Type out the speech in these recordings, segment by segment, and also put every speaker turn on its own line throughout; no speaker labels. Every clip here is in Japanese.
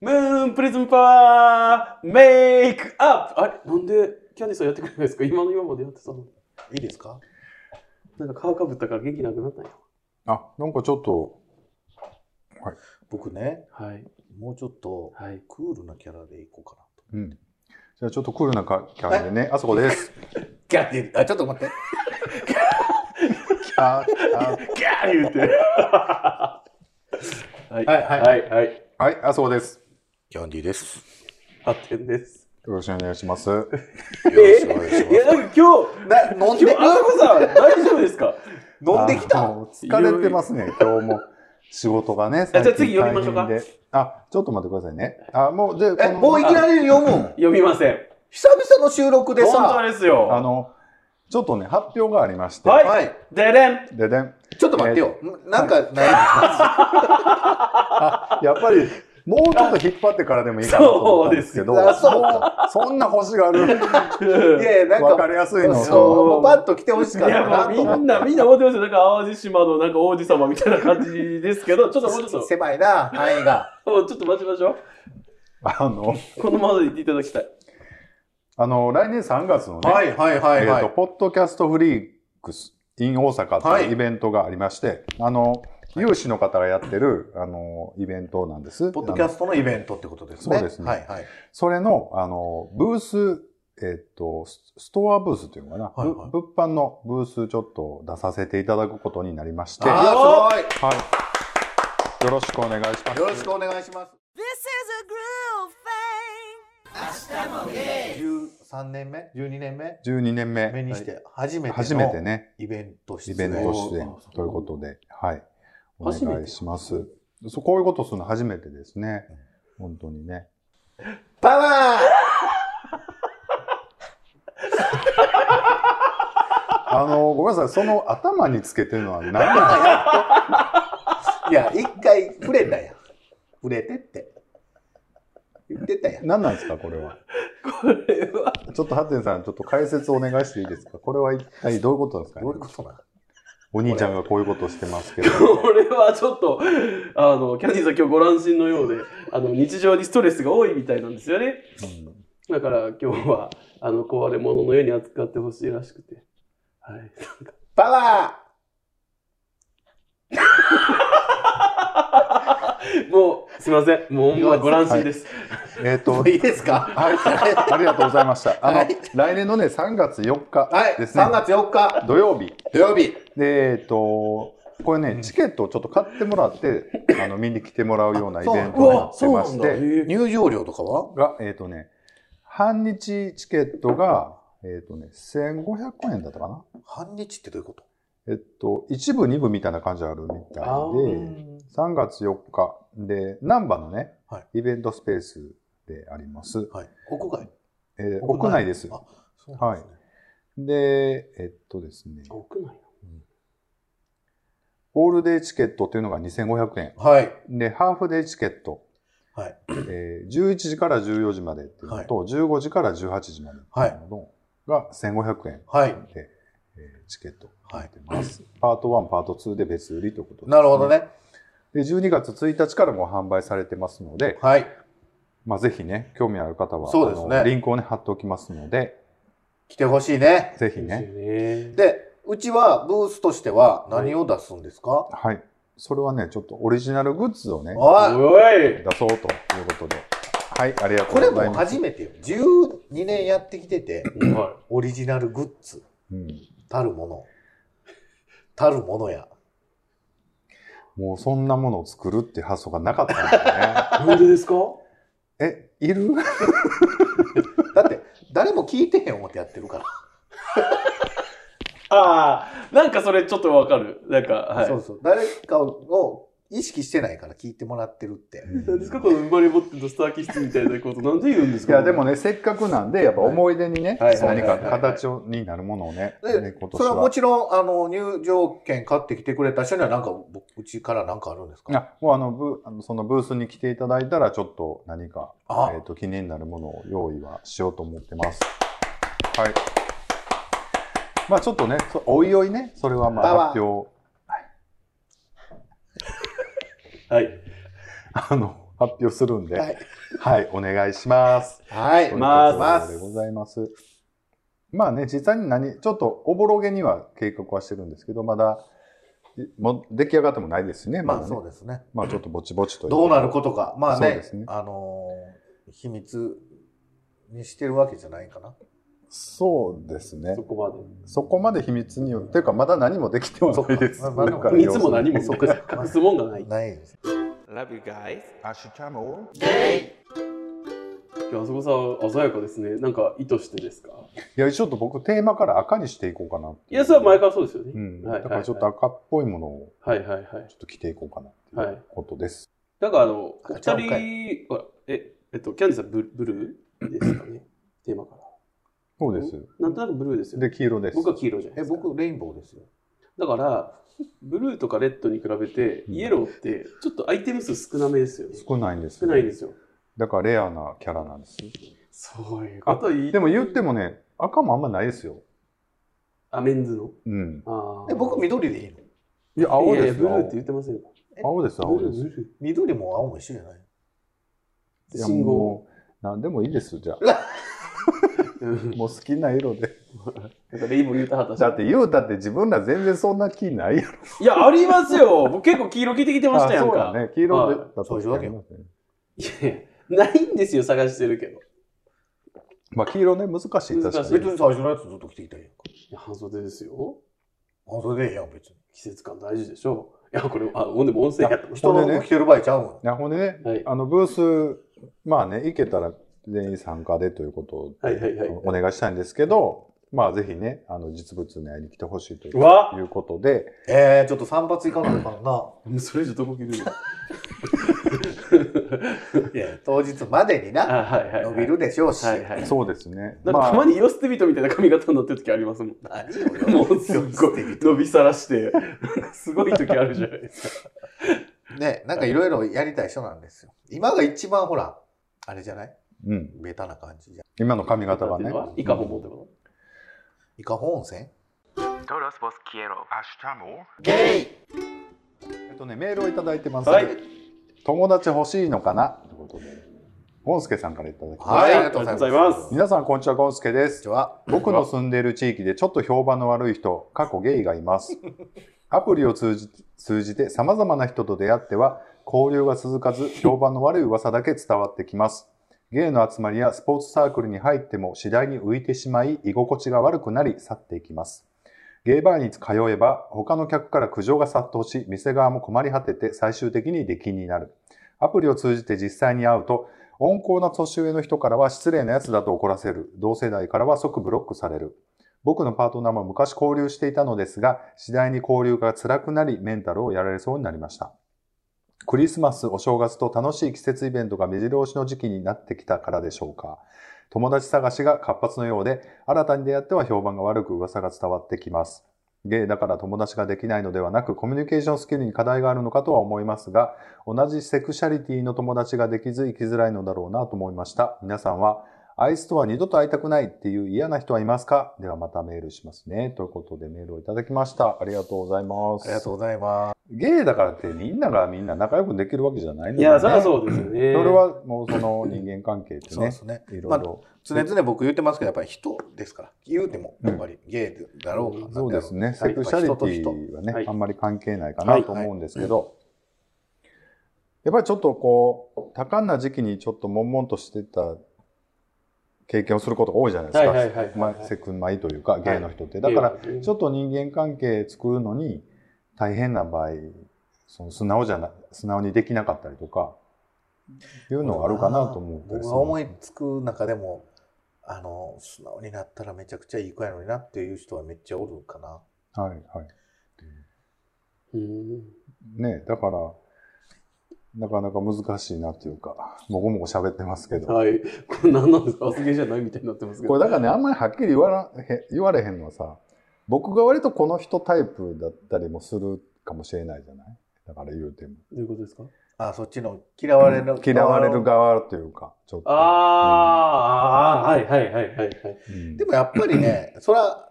ムーンプリズムパワーメイクアップあれなんでキャンディーさんやってくれないですか今の今までやってたのに
いいですか
なんか皮かぶったから元気なくなったんや。
あ、なんかちょっと、
僕ね、
はい。
もうちょっと
はい。
クールなキャラでいこうかなと。
うん。じゃあちょっとクールなかキャラでね、あそこです。
キャーって、あ、ちょっと待って。
ああ
ギャー言うて。はい。
はいはい
はい。はい。
はい、あそこです。
キャンディーです。
発展です。
よろしくお願いします。よ
よろしくお願い
い
し
や、
ま
なんか今日、
す。な飲ん
今日、あさこさん、大丈夫ですか
飲んでき
あ
た
もう疲れてますね、今日も。仕事がね、
あじゃあ次呼びましょうか
最近大変であ、ちょっと待ってくださいね。あ、もう、じゃあ、
え、
この
もういきなり読むん
読みません。
久々の収録で
本当
さ、
ですよ。
あの、ちょっとね、発表がありまして。
はい
はい。
でれん。
ででん。
ちょっと待ってよ。なんか、ない
やっぱり、もうちょっと引っ張ってからでもいいかなと思ったんですけど、
そうですよ
そんな星がある、
いやいや、なん
わか
か、
りやすいの
そう、
と、
もうパッと来てほしか
い
っ
や
た
も
なと
うみ
思
んな、みんな思ってますよ。なんか淡路島のなんか王子様みたいな感じですけど、ちょっともうちょっ
って。 狭いな、範囲が。
と、もうちょっと待ちましょ
あ
う。
の、
このままでいていただきたい。
あの、来年3月のね、
いはいは
えーと、ポッドキャストフリークス in 大阪と
はい
いうイベントがありまして、あの、有志の方がやってる、あの、イベントなんです。
ポッドキャ
あの
ストのイベントってことですね。
そうですね
はいはい。
それの、あの、ブース、えっ、と、スストアブースというのかな、
はいはい
ぶ物販のブースちょっと出させていただくことになりまして、は
ああ、す
い。よろしくお願いしま
ごい。
す。
よろしくお願いし
This
ます。
is a groove thing.
13年目 ?12 年目
12年
目
目、
にして初めて
初めて
の
ね、
イベント出
イ
演
ベント出演
おー
ということで、はい。お
初め
願い
て
します。そうこういうことするの初めてですね。本当にね。
パワ
あの、ごめんなさい、その頭につけてるのは何なんですか
ーいや、一回触れたやん。触れてって。言ってたやん。
何なんですか、これは。
これは、
ちょっとハッテンさん、ちょっと解説お願いしていいですかこれは一体どういうことなんですかね
どういうことなの
お兄ちゃんがこういうことしてますけど。
これはちょっと、あの、キャンディーさん今日ご乱心のようで、あの、日常にストレスが多いみたいなんですよね。
うん
だから今日は、あの、壊れ物のように扱ってほしいらしくて。はい。
パワ
もう、すいません。もう、ほんまご乱心です。
えっ、と
ー、いいですか
はい、ありがとうございました。あの、
はい
来年のね、3月4日
はい。
ですね。
3月4日
土曜日。
土曜日。
で、えっ、と、これね、チケットをちょっと買ってもら って、あの、見に来てもらうようなイベントになってまし
うわそうなん
て、
え
入場料とかは
が、えっ、とね、半日チケットが、えっ、とね、1500円だったかな
半日ってどういうこと
えっと、一部、二部みたいな感じあるみたい
あー
で、3月4日で、難波のね、
は
イベントスペースであります。
はい。屋外
えー屋内です。
あ、そうなんですね。
で、えっとですね、
奥内
オールデイチケットっていうのが2500円。
はい。
で、ハーフデイチケット。
はい。
えー、11時から14時までっていうのと、15時から18時までっていうのが1500円
はい。
で、えーチケットになってます。パート1、パート2で別売りということです、
なるほど。ね。
で、12月1日からもう販売されてますので、
はい。
まあ、ぜひね、興味ある方は、
そうですね
あのリンクをね、貼っておきますので、
来てほしいね。
ぜひ
ですよ
ね。
ね。
で、うちはブースとしては何を出すんですか
はい。それはね、ちょっとオリジナルグッズをね、
あ、
おい
出そうということで。はい、ありがと
こ
う
れ
ござい
も
ます。
初めてよ。12年やってきてて、
は
オリジナルグッズ
うん、
たるもの。たるものや。
もうそんなものを作るっていう発想がなかったんだ
い。なんでですか
ね。え、いる
だって、誰も聞いてへん思ってやってるから。
ああ、なんかそれちょっとわかる。なんか、はい。
そうそう。誰かを意識してないから聞いてもらってるって。
なんですかこの生まれ持ってのスター気質みたいなことなんで言うんです
い
か
や、でもね、せっかくなんで、やっぱ思い出にね、
はいはい
何
は
か
い
形になるものをね、
で
ね今
そ
年
れはも
は。
ちろん、あの、入場券買ってきてくれた人には、なんか、僕うちからなんかあるんですか
あもうあのブあのそのブースに来ていただいたらちょっと何か、
あ
えー、と気になるものを用意はしようと思ってます。はい。まあちょっとね、そおいおいね、それはま
パワー
あ発表、
はい。
あの、発表するんで、
は
はい、
い。
お願いします。
はい。
ま
あ
ということでございます。まあね、実際に何、ちょっとおぼろげには計画はしてるんですけど、まだ、いもう出来上がってもないですしね、まだ
まあ
ね。
そうですね。
まあちょっとぼちぼちという
どうなることか。まあ
そう
ね
です、ね
あのー、秘密にしてるわけじゃないかな。
そうですね
そ。こまで。
そこまで秘密に、ていうかまだ何もできてはないです。
そっかまあ
だから
いつも何も
そう
隠すもんがない。
ないです。
Love you guys.
い
今日あそこさん鮮やかですね。なんか意図してですか
や、ちょっと僕テーマから赤にしていこうかなってう
いや、それは前からそうですよね。
うん。
はい
だからちょっと赤っぽいものを
はいはいはい。
ちょっと着ていこうかな
は
ってい
いう
ことです。
なんかあの、お
あちゃう
二
んか
人は、え、えっと、キャンディさんブルブルーです かね。テーマから。
そうです。
なんとなくブルーですよね。
で、黄色です。
僕は黄色じゃない
え、
ですか。
僕、レインボーですよ。
だから、ブルーとかレッドに比べて、
うん
イエローってちょっとアイテム数少なめですよね。
少ないんです。
少ないんですよ。
だからレアなキャラなんです。
そういうこと言い
でも言ってもね、赤もあんまないですよ。
あ、メンズの。
うん。
あー
え、僕、緑でいいの
いや、青
い
で
やいや
す
ブル
よ。
ーって言ってませんか
青です、青
ブルー、
です。
ブ
緑も青も一緒じゃない
い
ルー。
や、
信号。
もう、なんでもいいです、じゃあ。
うん
もう好きな色で。
なんかレイボー言うたはったし
だって、言うたって自分ら全然そんな気ない やろ。
いや、ありますよ。僕結構黄色着てきてましたやん
そう
か。
だね。黄色で
は
だと
そういうわけよ
ありますね
いやいや、ないんですよ、探してるけど。
まあ、黄色ね、難しい、確
難
か
しい
別
に。
に最初のやつずっと着ていたらいいやんか。
いや半袖ですよ。
あ、それでええやん、別に。
季節感大事でしょう。いや、これ、あ、ほんでも音声やった。
人の
ほんで
服
ね
着てる場合ちゃうもん。
いや、ほんでね、
はい
あの、ブース、まあね、行けたら全員参加でということ
はいはいはい。
をお願いしたいんですけど、まあ、ぜひね、あの、実物に会いに来てほしいという
うわ
いうことで、
えー、ちょっと散髪行かないからな。
それ以上どこ着るの
いや、当日までにな、
あ、はいはいはい。
伸びるでしょうし。
はいはい。
そうですね。
なんかたまにヨステビトみたいな髪型になってる時ありますもん。
何を
も
よ
うすっごい伸びさらして、 なんかすごい時あるじゃないですか。
ね、なんかいろいろやりたい人なんですよ。今が一番ほら、あれじゃない
うん、
ベタな感じじゃん。
今の髪型が
ってい
ね
うのは。イカホモってこ
伊香保温泉
えっとね、メールをいただいてます。
とはい。
友達欲しいのかなということで、ゴンスケさんからいただきま
はいありがとうござい
こ
ま
ん
す。
す
に
皆さん、こんにちは、ゴンスケです
ち。は。
僕の住んでいる地域でちょっと評判の悪い人、過去ゲイがい ます。アプリを通じ通じて様々な人と出会っては、交流が続かず、評判の悪い噂だけ伝わってきます。ゲイの集まりやスポーツサークルに入っても次第に浮いてしまい、居心地が悪くなり去っていきます。ゲイバーに通えば、他の客から苦情が殺到し、店側も困り果てて最終的に出禁になる。アプリを通じて実際に会うと、温厚な年上の人からは失礼なやつだと怒らせる。同世代からは即ブロックされる。僕のパートナーも昔交流していたのですが、次第に交流が辛くなり、メンタルをやられそうになりました。クリスマス、お正月と楽しい季節イベントが目白押しの時期になってきたからでしょうか。友達探しが活発のようで、新たに出会っては評判が悪く噂が伝わってきます。ゲイだから友達ができないのではなく、コミュニケーションスキルに課題があるのかとは思いますが、同じセクシャリティの友達ができず生きづらいのだろうなと思いました。皆さんは、アイスとは二度と会いたくないっていう嫌な人はいますかではまたメールしますね。ということでメールをいただきました。ありがとうございます。
ありがとうございま
ゲイだからってみんながみんな仲良くできるわけじゃないの
といや、そりゃ
う。
そうですよね。
それはもうその人間関係っ
す。
て
そうで
ね、
すね。
いろい
まあ、
ろ。
常々僕言ってますけど、やっぱり人ですから。言うても、やっぱりゲイだろうかな。
そうですね。
や
セ
っぱ
ク
り
シャリ
人と
テ
人。
ィはね、
はい
あんまり関係ないかなと思うんですけど、やっぱりちょっとこう、多感な時期にちょっと悶々としてた経験をすることが多いじゃないですか。
はいはいはいはい。
まあ、セクマイというか、芸の人って。だ
い
から、
いいい
ちょっと人間関係作るのに大変な場合、その素直じゃな、素直にできなかったりとか、いうのがあるかなと思ったり
僕
す
が
る
思いつく中でも、あの、素直になったらめちゃくちゃいい子やのになっていう人はめっちゃおるかな。
はいはい。
うん
ねだから、なかなか難しいなっていうか、もごもご喋ってますけど。
はい。これ何なんですか厚毛じゃないみたいになってますけ
こ
ど。
れだからね、あんまりはっきり言わらへ言われへんのはさ、僕が割とこの人タイプだったりもするかもしれないじゃないだから言うても。
どういうことですか
あ、そっちの嫌われる、
嫌われる側というか、ちょっと。
あーあー、はいはいはいはいはい。
うん
でもやっぱり ね、それは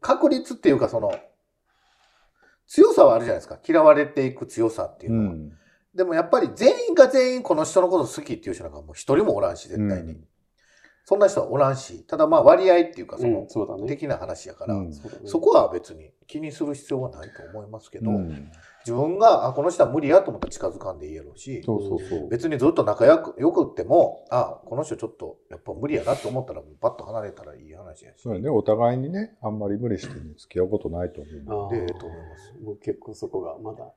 確率っていうかその、強さはあるじゃないですか。嫌われていく強さっていう
う
のは。
ん
でもやっぱり全員が全員この人のこと好きっていう人なんかもう一人もおらんし、絶対に。
うん
そんな人はおらんし、ただまあ割合っていうかそ
うん
の、
そうだね。
的な話やから、
うん
そうだね
そこは別に気にする必要はないと思いますけど、
うん
自分が、あ、この人は無理やと思ったら近づかんでいいやろうし、
そうそうそう。
別にずっと仲良く、よくっても、あ、この人ちょっとやっぱ無理やなと思ったら、パッと離れたらいい話やし、
そうやね、お互いにね、あんまり無理してね、付き合うことないと思う。
ああ
で、ええと思います。
僕結構そこがまだ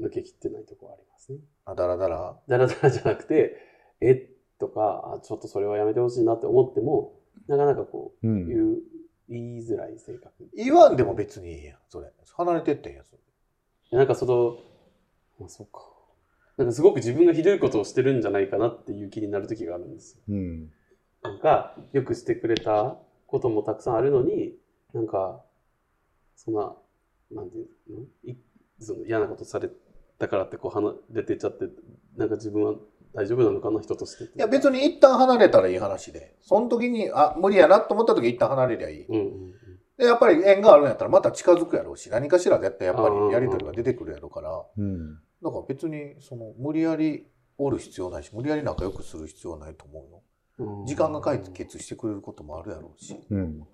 抜けきってないとこはありますね。
あ、だらだら。
だらだらじゃなくて、えとか、あちょっとそれはやめてほしいなって思っても、なかなかこ
う
う、
ん
言う、言いづらい性格。
言わんでも別にいいやん、それ。離れてってんやん、それ
なんかその、まあ、そうか。なんかすごく自分がひどいことをしてるんじゃないかなっていう気になる時があるんですよ。
うん。
なんか、よくしてくれたこともたくさんあるのに、なんか、そんな、なんていうのいその嫌なことされたからってこう離れていっちゃって、なんか自分は大丈夫なのかな、人としてって。
いや、別に一旦離れたらいい話で、その時に、あ、無理やなと思った時一旦離れりゃいい。
うんうんうん。
で、やっぱり縁があるんやったらまた近づくやろうし、何かしら絶対やっぱ
うんうんうん
りやりとりが出てくるやろうから、
うん。
だから別に、その、無理やりおる必要ないし、無理やり仲良くする必要はないと思うよ。時間が解決してくれることもあるやろうし、
うん。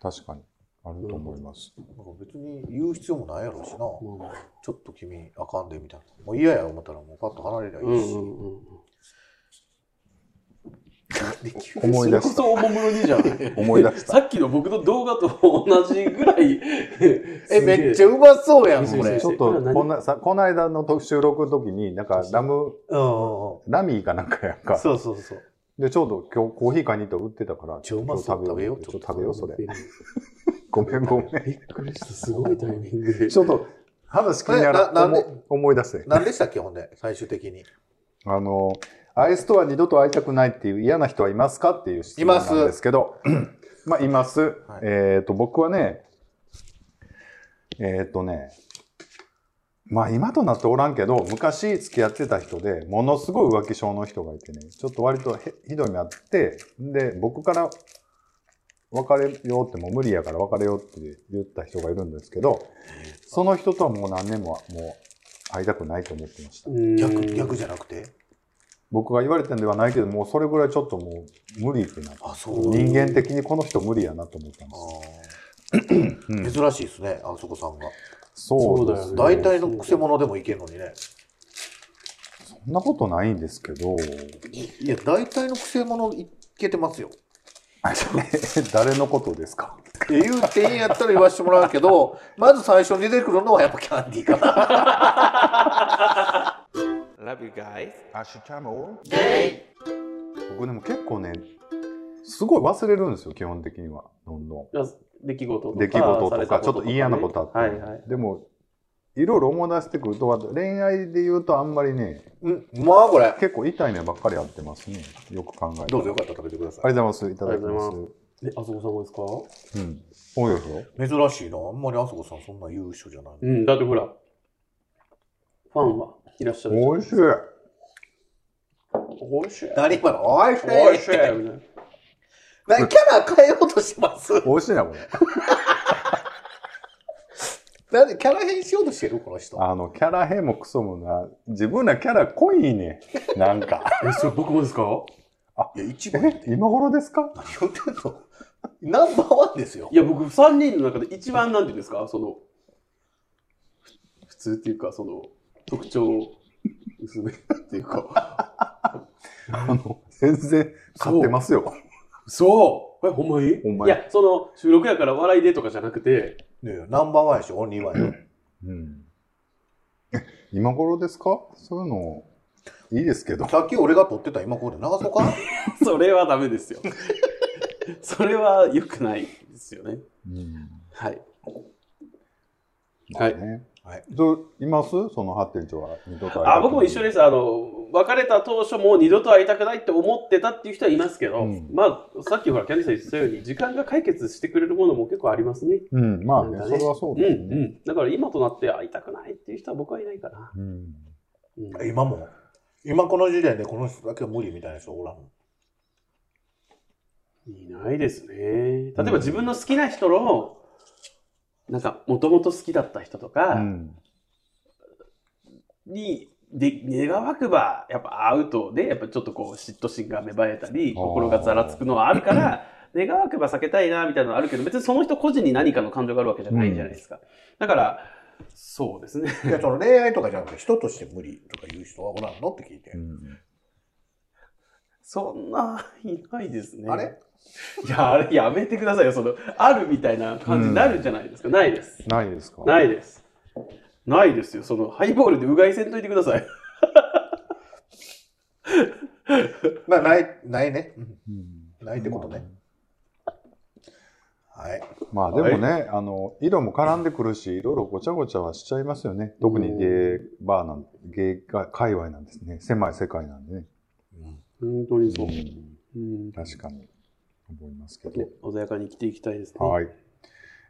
確かに。あると思います。
なんか別に言う必要もないやろうしな、ちょ
うん
っと君あかんでみたいな。もう嫌や思ったらもうパッと離れりゃいいし。で急に
思い出し
それこそおもむろにじゃん。
た。 思い出した。
さっきの僕の動画と同じぐらい。
え、めっちゃ
ゃ。
うまそうやん、こ
見せ
れ。
見
ち
せ
う
ょっと、こんな、さ、この間のと収録の時に、なんか、ラム、
んうんうん。
ラミーかなんかやんか。
そうそうそう。
で、ちょうど今日コーヒー買いに行ったら売ってたから、
ちょうまそう
今日
食べよう
ちょっと食べよう、それ。
び
ごめん、ごめん。
っくりした。すごいタイミングで。
ちょっと、話気に
これ
な
な
ら
なんで
思思い出せ。
何でしたっけ、ほんで、最終的に。
あの、アイスとは二度と会いたくないっていう嫌な人はいますかっていう質問なんですけど、まあ、います。
い
えっ、と、僕はね、えっ、とね、まあ今となっておらんけど、昔付き合ってた人で、ものすごい浮気症の人がいてね、ちょっと割とへひどい目あって、で、僕から別れようってもう無理やから別れようって言った人がいるんですけど、その人とはもう何年もはもう会いたくないと思ってました。
逆、逆じゃなくて。
僕が言われてんではないけど、もうそれぐらいちょっともう無理ってなって、
あ、そう
ん
う。
人間的にこの人無理やなと思ったん
あ
で
ー
うん
珍しいですね、あそこさんが。
す。そうう
だ
で
よ
す
ね
ね。
大体の癖者でもいけるのにね。
そんなことないんですけど、
いや、大体の癖者いけてますよ。
誰のことですか
いや言うていいんやったら言わしてもらうけど、 まず最初に出てくるのはやっぱキャンディーかな。
Love you guys.
僕でも結構ね、すごい忘れるんですよ、基本的には。どんどん。
あ出来事とか。
出来事
さ
と
れ
か、
た
ちょっと嫌なことあって。
はいはい。
でも、いろいろ思い出してくると、あと恋愛で言うとあんまりね、
うん、まあこれ。
結構痛いねばっかりあってますね。よく考えたら
どうぞよかったら食べてくださ
ありがとうございます。いただき
ありが
ま
とう
す。
え、あそこさんもですか
うん。多いですよ。
い。珍しいな。あんまりあそこさんそんな優秀じゃない。
うん、だってほら、ファンはいらっしゃるじゃん。
美味しい。
おいしい。
何今のおいしい
おいしい。みたいな。
何キャラ変えようとしてます
美味しいな、これ。
なんでキャラ変しようとしてるこの人。
あの、キャラ変もクソもな、自分らキャラ濃いね。なんか。
え、それ僕もですか
いや、一番
え、今頃ですか
何言ってんの ナンバーワンですよ
い。や、僕、3人の中で一番、なんていうんですか、その、ふ普通っていうか、その、特徴、薄めっていうか。
あの、全然買ってますよ。
そう え、ほんまに
ほんま
い
に
や、その、収録やから笑いでとかじゃなくて、
ねえナンバーワンやし、オンリーワンよ。
うん。え今頃ですかそういうの、いいですけど。
さっき俺が撮ってた今ここで流そうか
それはダメですよ。 それは良くないですよね。
うん。
はい。
まあね
はい。
どういますその発展長は二度と会いたくない
あ、僕も一緒です。あの、別れた当初もう二度と会いたくないって思ってたっていう人はいますけど、
うん
まあ、さっきほら、キャンディーさん言ってたように、時間が解決してくれるものも結構ありますね。
うん、まあね、
なん
そ
かね
れはそう
うん
です
う
ね。
ん。だから今となって会いたくないっていう人は僕はいないかな。
うん。
うん
今も。今この時代でこの人だけは無理みたいな人おらん。
いないですね。例えば自分の好きな人の、なんか、もともと好きだった人と
う
か
ん。
に、で、願わくば、やっぱ会うとね、やっぱちょっとこう、嫉妬心が芽生えたり、
あー
心がざらつくのはあるから、 願わくば避けたいな、みたいなのはあるけど、別にその人個人に何かの感情があるわけじゃないじゃないですか。だから、そうですね。
いや、その恋愛とかじゃなくて、人として無理とか言う人はおらんのって聞いて。
うん
そんな、いないですね。
あれ
いや、あれ、やめてくださいよ。その、あるみたいな感じになるんじゃないですか。ないです。
ないですか
ないです。ないですよ。その、ハイボールでうがいせんといてください。
まあ、ない、ないね。うん
うん
ないってことね。はい。
まあでもね、あの、色も絡んでくるし、いろいろごちゃごちゃはしちゃいますよね。特にゲイバーなんゲイが界隈なんですね。狭い世界なんでね。
う
本
ん
当に
うん
うん。
確かに、思いますけど。
穏やかに生きていきたいですね。
はい。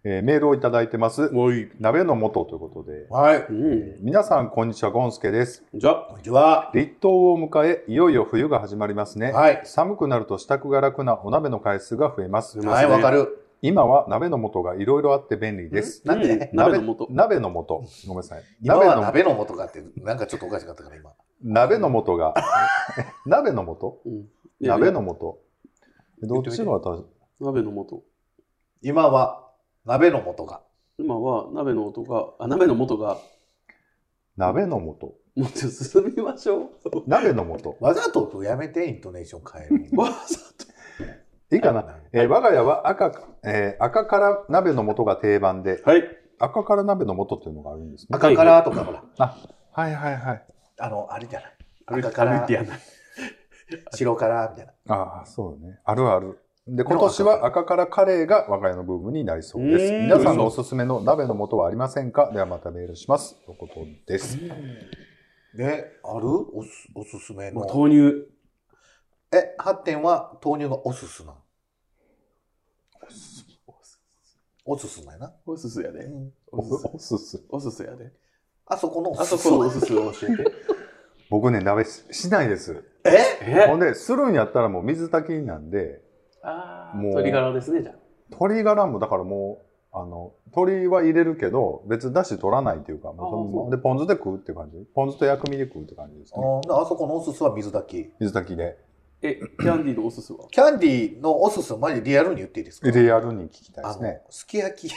えーメールをいただいてます。
はい。
鍋の素ということで。
はい。
うん。
皆さん、こんにちは、ゴンスケです。
じゃあ、
こんにちは。
立冬を迎え、いよいよ冬が始まりますね。
はい。
寒くなると支度が楽なお鍋の回数が増えます。
増えます
はい、わかる。
今は鍋の素がいろいろあって便利です。
なんで
うん鍋の素
鍋の素。ごめんなさい。
今
鍋
は
の
鍋の素があって、なんかちょっとおかしかったから今。
鍋の素 が。鍋の素
うん
鍋の素。ど
言
っ
ってみて
ちの私、
鍋の素。
今は鍋の素が。
今は鍋の音が、あ、鍋の素が、
鍋の素。
もうちょっと進みましょう。
鍋の素。
わざととやめてイントネーション変える。
わざと。
いいかな、えー我が家は赤か、えー赤から鍋の素が定番で、
はい。
赤から鍋の素っていうのがあるんですね。
赤からとかほら、
はいはいはい。
あの、あれじゃない。
歩い
赤
て
から
歩いてやない。
白からみたいな。
ああ、そうね。あるある。で、
も
今年は赤からカレーが我が家のブームになりそうです。
うーん
皆さんのおすすめの鍋の素はありませんかではまたメールします。ということです。
で、あるおすおすすめ
も
の
う。豆乳。
え、発展は豆乳がおすすなの。おすすなやな。
おすすやで。おすす。
おすす。
おすすやで。
あそこのお
あ
す
そ
す
このおすすを教えて。
僕ね、鍋ししないです。
え
え
ほんで、するんやったらもう水炊きなんで、
ああ、
もう
鶏ガラですね、じゃあ。
鶏ガラも、だからもう、あの、鶏は入れるけど、別に出汁取らないというか、もうそのままで、ポン酢で食うって感じ。ポン酢と薬味で食うって感じですね。
うんであそこのおすすは水炊き。
水炊きで。
え、キャンディーのおすすは
キャンディーのおすすマジリアルに言っていいですか
リアルに聞きたいで
あ
す
の
ね。、
すき焼き。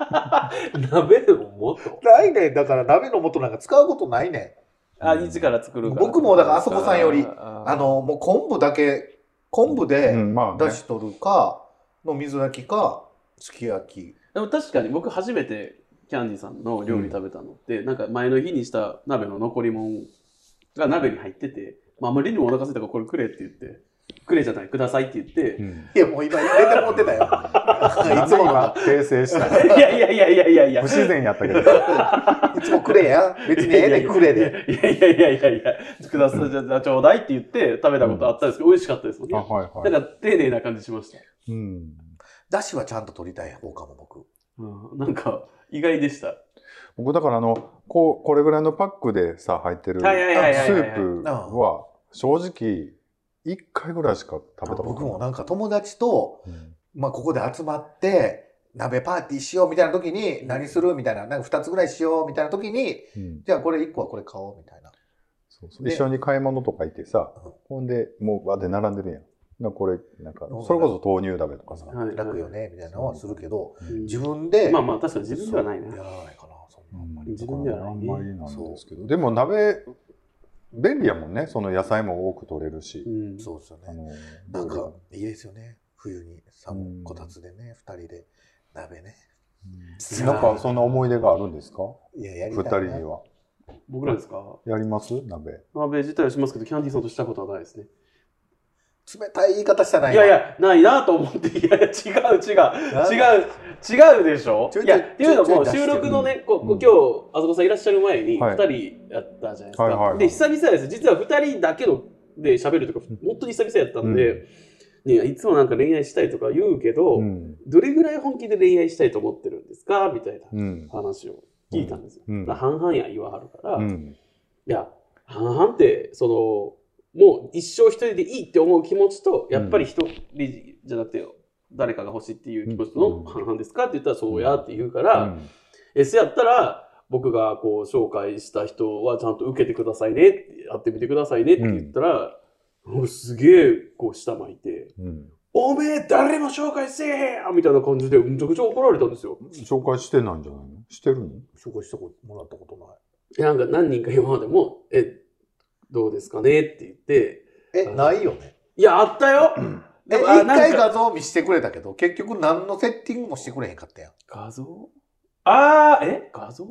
鍋の素
来年だから鍋の素なんか使うことないねん。
あ、一から作るから。
僕もだからあそこさんよりあ
あの、
の、もう昆布だけ、昆布
う
で
ん、まあ、
出
ね。
汁取るか、の水炊きか、すき焼き。
でも確かに僕初めてキャンディーさんの料理食べたのって、なんか前の日にした鍋の残り物が鍋に入ってて、まあ、あまりにもお腹空いたからこれくれって言って、くれじゃない、くださいって言って、
うん
いや、もう今入れて持ってたよ。 いつもの、
今訂正した。
いやいやいやいやいやいや
不。自然やったけど。
いつもくれや。別にええねんくれで。。
いやいやいやいやいや、ください、じゃあちょうだいって言って食べたことあったんですけど、美味しかったですもん
あ、
ね。
はいは。
ないんか丁寧な感じしました。
うん。
出汁はちゃんと取りたい方かも、僕。
うん、なんか意外でした。
僕だからあの、こう、これぐらいのパックでさ、入ってるス
はいはいはいはいはい
ープは、正直、一回ぐらいしか食べたことない。
僕もなんか友達と、
うん。
まあ、ここで集まって、鍋パーティーしようみたいな時に、何するみたいな、なんか2つぐらいしようみたいな時に、
うん
じゃあこれ1個はこれ買おうみたいな。
そうそう
で
一緒に買い物とか行ってさ
うん、
ほんで、もう、わで並んでるやん。なんかこれ、なんか
うん、
それこそ豆乳鍋とかさ。
はい
楽よね、みたいなのはするけど、
うん
自分で。
まあまあ確かに自分ではない
そうや
な。
らないかな、そんなあんまり。
自分ではないね
あんまりなんですけど。でも鍋、便利やもんね。その野菜も多く取れるし
う。ん。
そうですよね
あ。の
なんか、いいですよね。冬に寒いこたつでね、二人で鍋ね。
いや
なんかそんな思い出があるんですか
いや、やり
二
たいな。
人には。
僕らですか
やります鍋。
鍋自体はしますけど、キャンディーさんとしたことはないですね。
冷たい言い方したない
いやい。や、ないなと思って、いやいや、違う違
なん
う、
だ
違う、違うでしょ
ちょいちょい
いや、っていうの
ちょい
も、
ちょい出し
収
てる
録のね、こ
う
こ
ん
今日、あそこさんいらっしゃる前に、
はい
二人やったじゃないです
はいはい
か
は。い
で、久々です。実は二人だけので喋るとか
うん、
本当に久々やったんで、ねいつもなんか恋愛したいとか言うけど
う、ん。
どれぐらい本気で恋愛したいと思ってるんですかみたいな
うん。
話を聞いたんですよ。
うん
だから半々や言わはるから、
う
い
ん。
や、半々って、その、もう一生一人でいいって思う気持ちと、やっぱり一人じゃなくて、誰かが欲しいっていう気持ち
う
の
ん
半々ですかって言ったら、そうやって言うから、
うん
S やったら、僕がこう紹介した人はちゃんと受けてくださいねって、やってみてくださいねって言ったら、俺すげえこう下巻いて、
うん。
おめえ誰も紹介せえやみたいな感じでめちゃくちゃ怒られたんですよ。
紹介してないんじゃないのしてるの
紹介したこともらったことない。
でなんか何人か今までも、え、どうですかねって言って、
え、
うん
ないよね。
いや、あったよで
え、一
もあなんか
回画像見してくれたけど、結局何のセッティングもしてくれへんかったやん。
画像ああ、え画像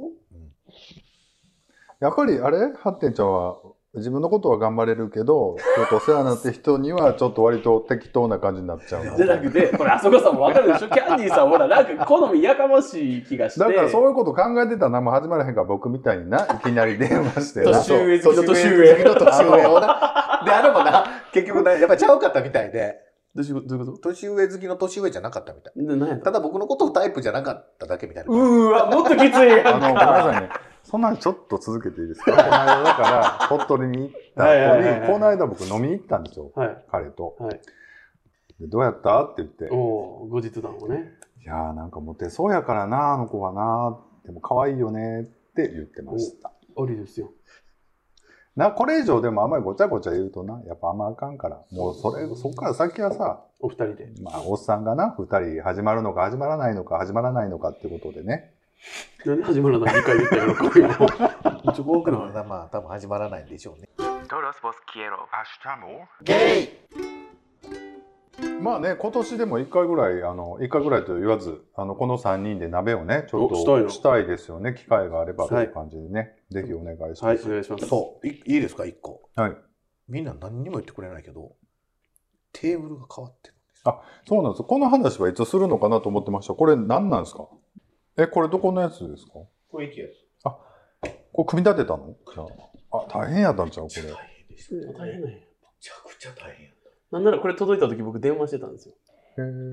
やっぱりあれハッテンちゃんは自分のことは頑張れるけど、ちょっとお世話になって人にはちょっと割と適当な感じになっちゃうな
じゃなくて、これ、あそこさんもわかる でしょキャンディーさん、ほら、なんか好みやかましい気がして。
だからそういうこと考えてたら何も始まらへんから僕みたいにな、いきなり電話してな。
年上好きの年
上
上。
の年上をな。で、あれもな、結局な、やっぱりちゃうかったみたいで、
どういうことどういうこ
年上好きの年上じゃなかったみたい。
とななんやった
ただ僕のことをタイプじゃなかっただけみたいな。
うーわ、もっと きついやん
あの、ごめんな
か。
さいね。そんなんちょっと続けていいですかこの間だから、鳥取に行った
はいはいはい
後
は
に、
い
この間僕飲みに行ったんですよ、
はい。
彼と。
はい。
でどうやったって言って、
おお後日談をね。
いやーなんかモテそうやからな、あの子はな、でも可愛いよねって言ってました。
ありですよ。
な、これ以上でもあんまりごちゃごちゃ言うとな、やっぱあんまあかんから、もうそれ、そっから先はさ、
お二人で。
まあ、おっさんがな、二人始まるのか始まらないのか始まらないのかってことでね。
なんで始まらない理解できたやろ、これも。めっちゃ怖く
僕
な
の
い
まあ、多分始まらないんでしょうね。
まあね、今年でも一回ぐらい、あの、一回ぐらいと言わず、あの、この三人で鍋をね、ちょっ
おしたい
と
の
したいですよね。機会があればと
はいいう
感じでね、ぜひお願いします。
はい、お願いします。
そう、いいいですか、一個。
はい。
みんな何にも言ってくれないけど、テーブルが変わってるんです
あそうなんです。この話はいつするのかなと思ってました。これ何なんですかえ、これどこのやつですか
これいきやす。
これ組み立てたのじゃあ。あ、大変やったんちゃうこれ。
変でし
大変なんや
ちゃくちゃ大変。
なんならこれ届いた時僕電話してたんですよ。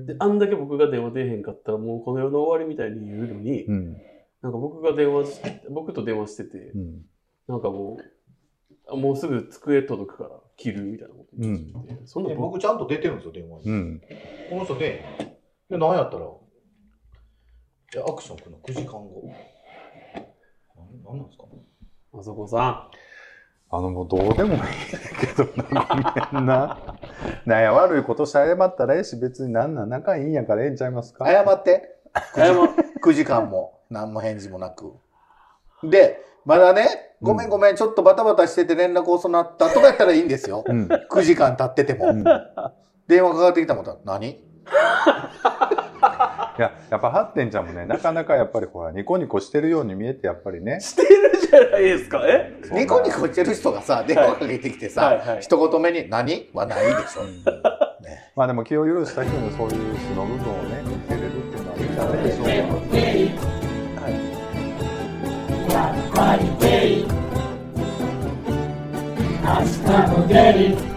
で、あんだけ僕が電話出えへんかったらもうこの世の終わりみたいに言うのに、
うん。
なんか僕が電話して、僕と電話してて、
うん。
なんかもう、あもうすぐ机届くから切るみたいなこと言ってて、そんな
で
僕、
僕ちゃんと出てるんですよ、電話に。
うん。
この人で、で、何やったら、で、アクション来るの9時間後。何何なんですか
あそこさ
あの、もうどうでもいいけどな、ごめんな。なんや、悪いことして謝ったらええし、別になんなん仲いいんやからええんちゃいますか
謝って。
ん、謝っ
9時間も、何も返事もなく。で、まだね、ごめんごめん、ちょっとバタバタしてて連絡遅なったとかやったらいいんですよ。
うん。
9時間経ってて
う
も。
ん。いや、
電話かかってきたもんだ。何
やっぱ、ハッテンちゃんもね、なかなかやっぱりほら、ニコニコしてるように見えて、やっぱりね。
してる じゃないですか、え
そう
ニコニコしてる人がさ、電話かけてきて
はい
さ、
はい。
一言目に何はないでしょ。ね
まあでも気を許した人にそういう素の部分をね、見せれるっていうのはいいんじゃないでしょうか。
Hasta spaghetti.